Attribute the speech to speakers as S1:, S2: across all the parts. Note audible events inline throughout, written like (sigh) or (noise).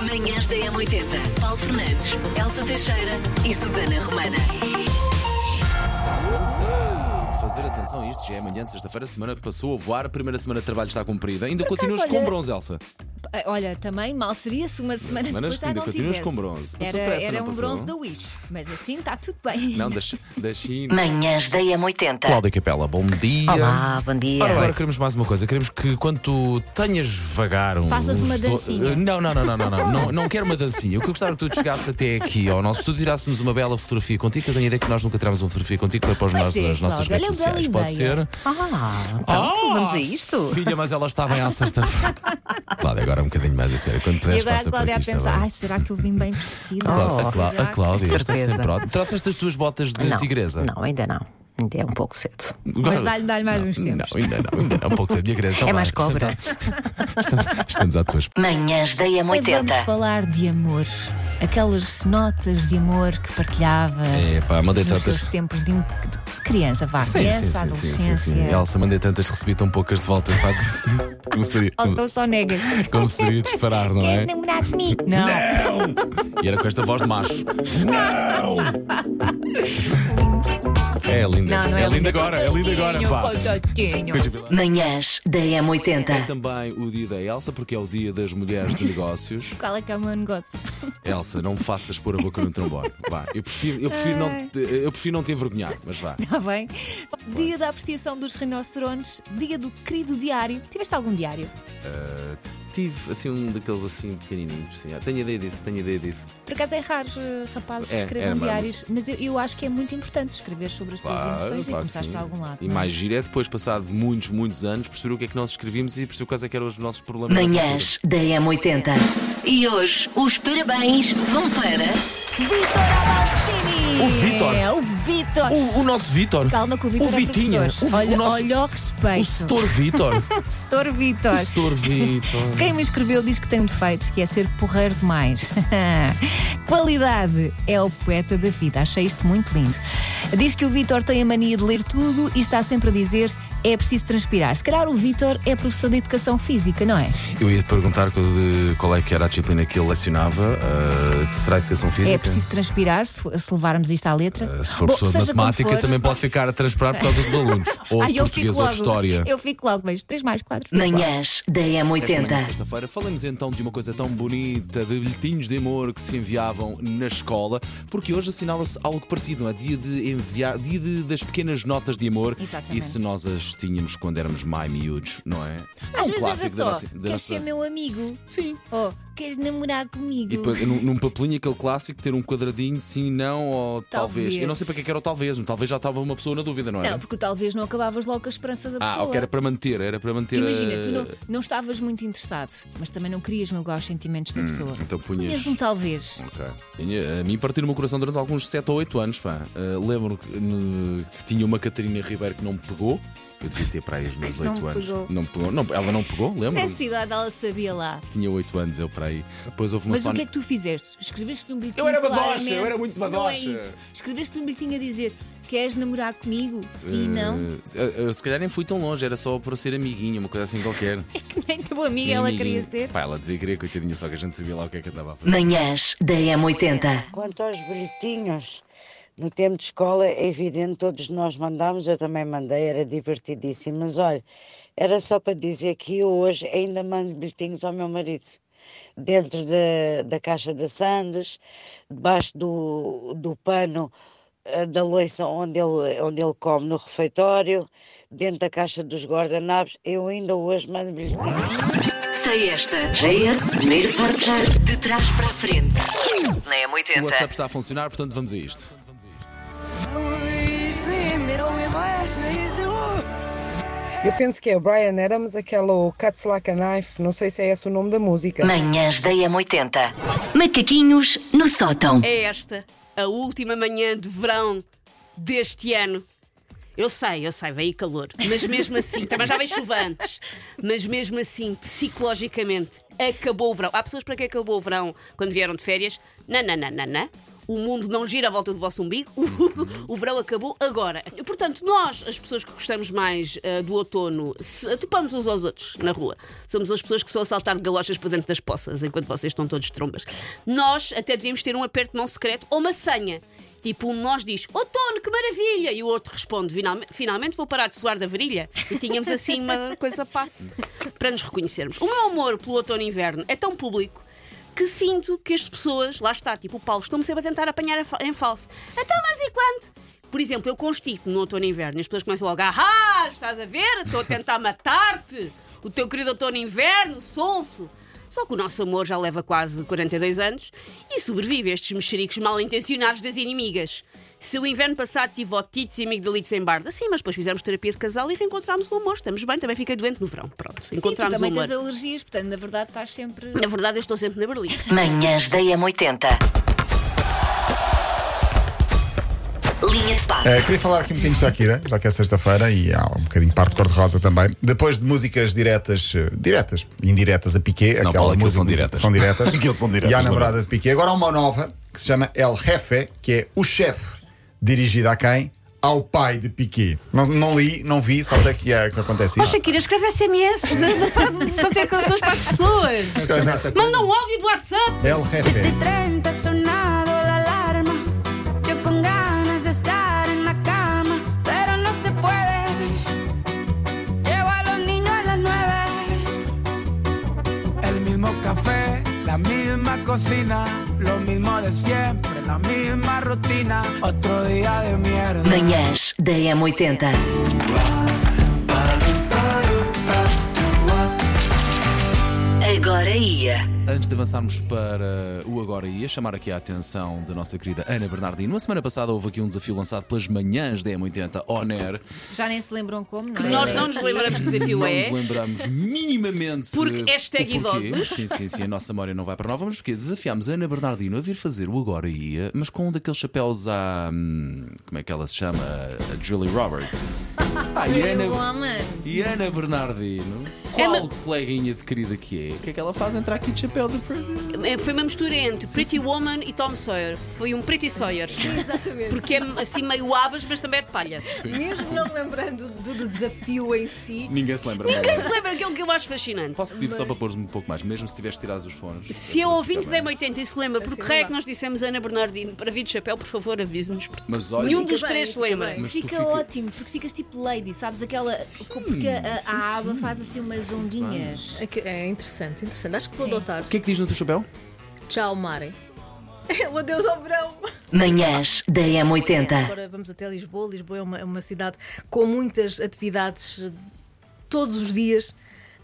S1: Manhãs da M80. Paulo Fernandes, Elsa Teixeira e Susana Romana.
S2: Atenção, fazer atenção a isto, já é amanhã de sexta-feira, a semana passou a voar, a primeira semana de trabalho está cumprida. Ainda
S3: Por acaso,
S2: continuas com
S3: olha,
S2: bronze, Elsa.
S3: Ah, Olha, também mal seria se uma semana
S2: semana
S3: depois já
S2: ainda
S3: não
S2: continuas
S3: tivesse.
S2: com bronze. Passou
S3: Era,
S2: pressa,
S3: era
S2: não
S3: um
S2: passou?
S3: bronze da Wish, mas assim está tudo bem.
S2: Não, da, Chi- da
S3: (laughs)
S2: China.
S1: Manhãs da M80.
S2: Cláudia Capela, bom dia.
S1: Olá, bom dia.
S2: Ora, agora queremos mais uma coisa. Queremos que quando tu tenhas vagar um.
S3: Faças
S2: uns
S3: uma
S2: do-
S3: dancinha.
S2: Eh, Não, não, não, não,
S3: (laughs)
S2: não, não, não. Não quero uma dancinha. O que eu gostava é que tu chegasses até aqui ao nosso estúdio e tirássemos uma bela fotografia contigo. que Eu tenho a ideia que nós nunca tirámos uma fotografia contigo para pôr nas
S3: Pois
S2: nossas,
S3: é,
S2: nas nossas
S3: Cláudia,
S2: redes
S3: olha, bela
S2: sociais. Pode
S3: ideia.
S2: ser?
S1: Ah, então vamos a isto.
S2: Oh, Filha, mas ela está bem à
S3: (laughs)
S2: sexta-feira. Cláudia, agora um bocadinho mais a sério. Quando
S3: E
S2: puderes,
S3: agora a
S2: passa por
S3: Cláudia a
S2: aqui, está
S3: pensar:
S2: bem?
S3: ai, será que eu vim bem vestida?
S2: A Clá- a,
S3: Será
S2: Clá- a
S3: que-
S2: Cláudia está
S4: Certeza.
S2: sempre ótima. Trouxeste as tuas botas de
S4: Não,
S2: tigresa?
S4: Não, ainda não. Ainda é um pouco cedo.
S3: Mas dá-lhe dá mais uns tempos.
S2: Não, ainda não, ainda não. Um pouco cedo, minha querida. Então
S4: É
S2: vá,
S4: mais cobra.
S2: Estamos, à- estamos à tua espera.
S1: Manhãs da
S3: E Então vamos
S1: M80.
S3: falar de amor. Aquelas notas de amor que partilhava
S2: É, pá, mandei
S3: nos
S2: tantas.
S3: seus tempos de, in- de criança, vá, criança, adolescência.
S2: Elsa, mandei tantas, recebi tão poucas de volta. pá. Como seria,
S3: Ou então só negas.
S2: como seria disparar, não é?
S3: Queres namorar comigo? Não.
S2: E era com esta voz de macho. Não! É linda.
S3: Não, não
S2: é,
S3: é
S2: linda agora, é linda agora. Pá.
S3: coitadinho.
S1: Manhãs da
S2: É
S1: M80.
S2: também o dia da Elsa, porque é o dia das mulheres de negócios.
S3: Qual é que é o meu negócio?
S2: Elsa, não me faças pôr a boca no trombone. Vá, eu prefiro, eu prefiro, não, te- eu prefiro não te envergonhar, mas vá.
S3: Está Tá bem? Dia da apreciação dos rinocerontes, dia do querido diário. Tiveste algum diário?
S2: Tive assim um daqueles assim pequenininhos. Assim, ah, tenho ideia disso, tenho ideia disso.
S3: Por acaso é raro eh, rapazes
S2: É,
S3: que escrevam
S2: é, mas-
S3: diários, mas eu, eu acho que é muito importante escrever sobre as tuas emoções e
S2: que
S3: começaste
S2: sim.
S3: por algum lado.
S2: E
S3: não é?
S2: mais giro é depois, passado muitos, muitos anos, perceber o que é que nós escrevíamos e perceber quais é que eram os nossos problemas.
S1: Manhãs da M80. E hoje os parabéns vão para.
S3: Vitor Abalcini!
S2: O Vítor!
S3: É, o Vitor!
S2: O, o nosso Vitor.
S3: Calma que o Vitor
S2: O
S3: é
S2: Vitinho,
S3: professor.
S2: o- o
S3: olha,
S2: nosso-
S3: olha o
S2: O
S3: respeito.
S2: setor Vitor.
S3: (laughs) Setor Vitor.
S2: O setor Vitor.
S3: Quem me escreveu diz que tem um defeito, que é ser porreiro demais. (laughs) Qualidade é o poeta da vida. Achei isto muito lindo. Diz que o Vitor tem a mania de ler tudo e está sempre a dizer é preciso transpirar. Se calhar o Vitor é professor de educação física, não é?
S2: Eu ia te perguntar qual, de- qual é que era a disciplina que ele lecionava. ah, será educação física?
S3: É preciso transpirar, se, for- se levarmos isto à letra.
S2: Ah, se for
S3: Bom,
S2: professor de
S3: seja como
S2: matemática,
S3: for.
S2: também pode ficar a transpirar por
S3: (laughs)
S2: causa dos alunos. Ou
S3: Ai,
S2: de
S3: eu
S2: português
S3: fico
S2: ou de
S3: logo.
S2: história.
S3: Eu fico logo, vejo 3 mais 4.
S2: é.
S1: Manhãs da
S2: Esta manhã de
S1: M80.
S2: Sexta-feira, falamos então de uma coisa tão bonita, de bilhetinhos de amor que se enviavam na escola, porque hoje assinala-se algo parecido, não é? Dia de enviar, dia de- das pequenas notas de amor.
S3: Exatamente.
S2: E se nós as tínhamos quando éramos mais miúdos, não é? É um
S3: Às vezes era
S2: clássico da
S3: só,
S2: nossa- da
S3: queres
S2: nossa-
S3: ser
S2: (laughs)
S3: meu amigo?
S2: Sim.
S3: Ou queres namorar comigo?
S2: E depois, num, num papelinho, aquele clássico, ter um quadradinho, sim, não, ou talvez.
S3: Talvez.
S2: Eu não sei para que é que era o talvez, um talvez já estava uma pessoa na dúvida, não era?
S3: Não, porque talvez não acabavas logo com a esperança da
S2: ah,
S3: pessoa.
S2: ok, era para manter, era para manter. eh,
S3: Imagina,
S2: a-
S3: tu não, não estavas muito interessado, mas também não querias magoar os sentimentos da pessoa.
S2: Então punhas.
S3: Mesmo talvez.
S2: Ok. eh, A mim partiu no coração durante alguns 7 ou 8 anos, pá. Ah, Lembro-me que, no- que tinha uma Catarina Ribeiro que não me pegou. Eu devia ter para aí os meus
S3: (laughs) Que não
S2: 8
S3: me
S2: anos.
S3: pegou.
S2: Não me pegou. Não, ela não pegou, lembro.
S3: Nessa idade ela sabia lá.
S2: Tinha 8 anos, eu para aí. Depois houve uma
S3: Mas o que
S2: Sónia-
S3: é que tu fizeste? Escreveste-lhe um bilhetinho.
S2: Eu era badocha,
S3: claramente.
S2: eu era muito
S3: Não é
S2: badocha.
S3: isso. Escreveste-lhe um bilhetinho a dizer: Queres namorar comigo? Sim, não. (laughs)
S2: Ah, se- eu, eu se calhar nem fui tão longe, era só para ser amiguinha, uma coisa assim
S3: (laughs)
S2: qualquer.
S3: É que nem tua amiga ela queria ser.
S2: Pá, ela devia querer, coitadinha, só que a gente sabia lá o que é que andava a fazer.
S1: Manhãs da M80.
S5: Quanto aos bilhetinhos, no tempo de escola, é evidente, todos nós mandámos, eu também mandei, era divertidíssimo. Mas olha, era só para dizer que eu hoje ainda mando bilhetinhos ao meu marido. Dentro da, da caixa da Sandes, debaixo do, do pano eh, da louça onde ele, onde ele come no refeitório, dentro da caixa dos guardanapos, eu ainda hoje mando bilhetinhos.
S1: Sei esta. JS, primeiro forjar de trás para a frente. Na
S2: O
S1: M80.
S2: WhatsApp está a funcionar, portanto vamos a isto.
S6: Eu penso que é o Brian Adams, aquele o Cuts Like a Knife, não sei se é esse o nome da música.
S1: Manhãs da M80. Macaquinhos no sótão.
S7: É esta, a última manhã de verão deste ano. Eu sei, eu sei, veio calor, mas mesmo assim, também já veio chuva antes, mas mesmo assim, psicologicamente, acabou o verão. Há pessoas para que acabou o verão quando vieram de férias? Não, não, não, não, não. o mundo não gira à volta do vosso umbigo, (laughs) o, verão acabou agora. Portanto, nós, as pessoas que gostamos mais ah, do outono, se, topamos uns aos outros na rua. Somos as pessoas que são a saltar de galochas para dentro das poças, enquanto vocês estão todos de trombas. Nós até devíamos ter um aperto de mão secreto ou uma senha. Tipo, um de nós diz, outono, que maravilha! E o outro responde, "Finalme- finalmente vou parar de suar da virilha. E tínhamos assim uma coisa passe para nos reconhecermos. O meu amor pelo outono e inverno é tão público que sinto que as pessoas, lá está, tipo o Paulo, estão-me sempre a tentar apanhar a fa- em falso. Então, mas e quando? Por exemplo, eu constipo no outono e inverno e as pessoas começam logo, ah, estás a ver? Estou a tentar matar-te! O teu querido outono e inverno, sonso! Só que o nosso amor já leva quase 42 anos e sobrevive a estes mexericos mal intencionados das inimigas. Se o inverno passado tive otites e amigdalites em barda, sim, mas depois fizemos terapia de casal e reencontramos o amor. Estamos bem, também fiquei doente no verão. Pronto,
S3: Sim, tu
S7: encontramos um
S3: também
S7: o amor.
S3: tens alergias, portanto, na verdade estás sempre.
S7: Na verdade, eu estou sempre na Berlim.
S1: (laughs) Manhãs da M80. Linha de passe.
S8: Eh, queria falar aqui um bocadinho de Shakira, já que é sexta-feira e há um bocadinho de parte de cor-de-rosa também. Depois de músicas diretas, eh, diretas, indiretas a Piqué,
S2: Não,
S8: aquela
S2: Paulo, aquilo
S8: música
S2: são diretas.
S8: são diretas,
S2: (laughs) Aquilo são diretas, é?
S8: e à
S2: lamento.
S8: namorada de Piqué. Agora há uma nova que se chama El Jefe, que é o chefe, dirigida a quem? Ao pai de Piqué. Não, não li, não vi, só sei que, é, que acontece
S7: Ó
S8: isso.
S7: Shakira, escreve SMS de- para fazer canções para as pessoas. Manda um áudio do WhatsApp.
S8: El Jefe.
S9: El mismo café, la misma cocina, lo mismo de siempre, la misma rutina, otro día de mierda.
S1: Manhãs da M80. Agora ia.
S2: Antes de avançarmos para o agora e a chamar aqui a atenção da nossa querida Ana Bernardino, na semana passada houve aqui um desafio lançado pelas manhãs da M80 On Air.
S3: Já nem se lembram como, não é?
S7: Nós não nos lembramos que desafio
S2: não
S7: é.
S2: nos lembramos minimamente.
S7: Porque hashtag
S2: o porquê.
S7: idosos.
S2: Sim, sim, sim, a nossa memória não vai para novas, porque desafiámos a Ana Bernardino a vir fazer o agora e ia, mas com um daqueles chapéus à. hum, Como é que ela se chama? A Julie Roberts. Ah, e
S3: Pretty
S2: Ana-
S3: Woman.
S2: e Ana Bernardino,
S7: É
S2: qual
S7: uma-
S2: coleguinha de querida que é? O que é que ela faz? Entrar aqui de chapéu de Pretty.
S7: É, Foi uma mistura entre Pretty Woman e Tom Sawyer. Foi um Pretty Sawyer.
S10: Exatamente.
S7: Porque é assim meio abas, mas também é de palha.
S10: Mesmo não lembrando do, do desafio em si,
S2: Ninguém se lembra.
S7: Quem se lembra aquilo que eu acho fascinante?
S2: Posso pedir só para pôres um pouco mais, mesmo se tiveres tirado os fones.
S7: Se é
S2: Para
S7: ouvinte da
S2: ficar bem.
S7: M80 e se lembra, porque
S10: Assim,
S7: é
S10: lá.
S7: que nós dissemos a Ana Bernardino para vir de chapéu, por favor, avise-nos. porque
S2: Mas olha,
S7: Nenhum
S10: fica
S7: dos
S10: bem,
S7: três se
S10: fica
S7: lembra.
S10: bem.
S2: Mas tu
S3: Fica
S2: fica-
S3: ótimo, porque ficas tipo lady, sabes? Aquela. porque a, a aba faz assim umas ondinhas.
S10: é que- é interessante, interessante. Acho que vou
S3: Sim.
S10: adotar.
S2: o que é que diz no teu chapéu?
S10: Tchau, Mari. (laughs) O adeus ao verão.
S1: Manhãs da M80.
S10: Agora vamos até Lisboa. Lisboa é uma, é uma cidade com muitas atividades eh, todos os dias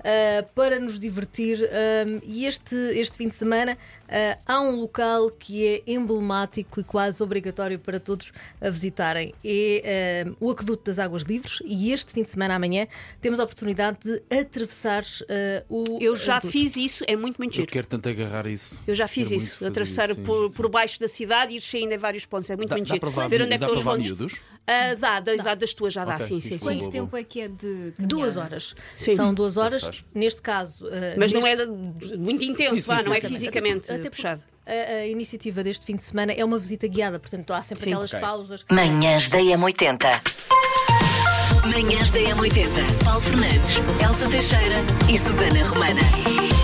S10: ah, para nos divertir. ah, e este, este fim de semana ah, há um local que é emblemático e quase obrigatório para todos a visitarem. É ah, o Aqueduto das Águas Livres. E este fim de semana, amanhã, temos a oportunidade de atravessar ah, o.
S7: Eu já
S10: aqueduto.
S7: fiz isso, é muito
S2: Eu
S7: mentira.
S2: quero tanto agarrar isso.
S7: Eu já fiz
S2: Quero muito
S7: isso, eu
S2: fazer
S7: atravessar
S2: isso, sim,
S7: por,
S2: sim.
S7: por baixo da cidade e ir saindo em vários pontos. É muito
S2: Dá- dá
S7: mentira.
S2: para levar-
S7: Ver onde é que
S2: dá
S7: estão
S2: para
S7: os
S2: levar
S7: pontos.
S2: miúdos?
S7: Ah, dá, dá, dá das tuas, já dá,
S2: Ok,
S7: sim, sim,
S2: fiz
S7: sim.
S2: bom.
S3: Quanto tempo é que é de. caminhada?
S10: Duas horas.
S7: Sim.
S10: São duas
S2: faz.
S10: horas. Neste caso. ah,
S7: Mas não
S10: neste-
S7: é de- muito
S2: Sim,
S7: intenso,
S2: sim,
S7: vá,
S2: sim,
S7: não é
S2: exatamente.
S7: fisicamente
S10: Até porque
S7: puxado.
S10: A, a iniciativa deste fim de semana é uma visita guiada, portanto há sempre
S7: Sim.
S10: aquelas
S2: Ok.
S10: pausas.
S1: Manhãs da M80. Manhãs da M80. Paulo Fernandes, Elsa Teixeira e Susana Romana.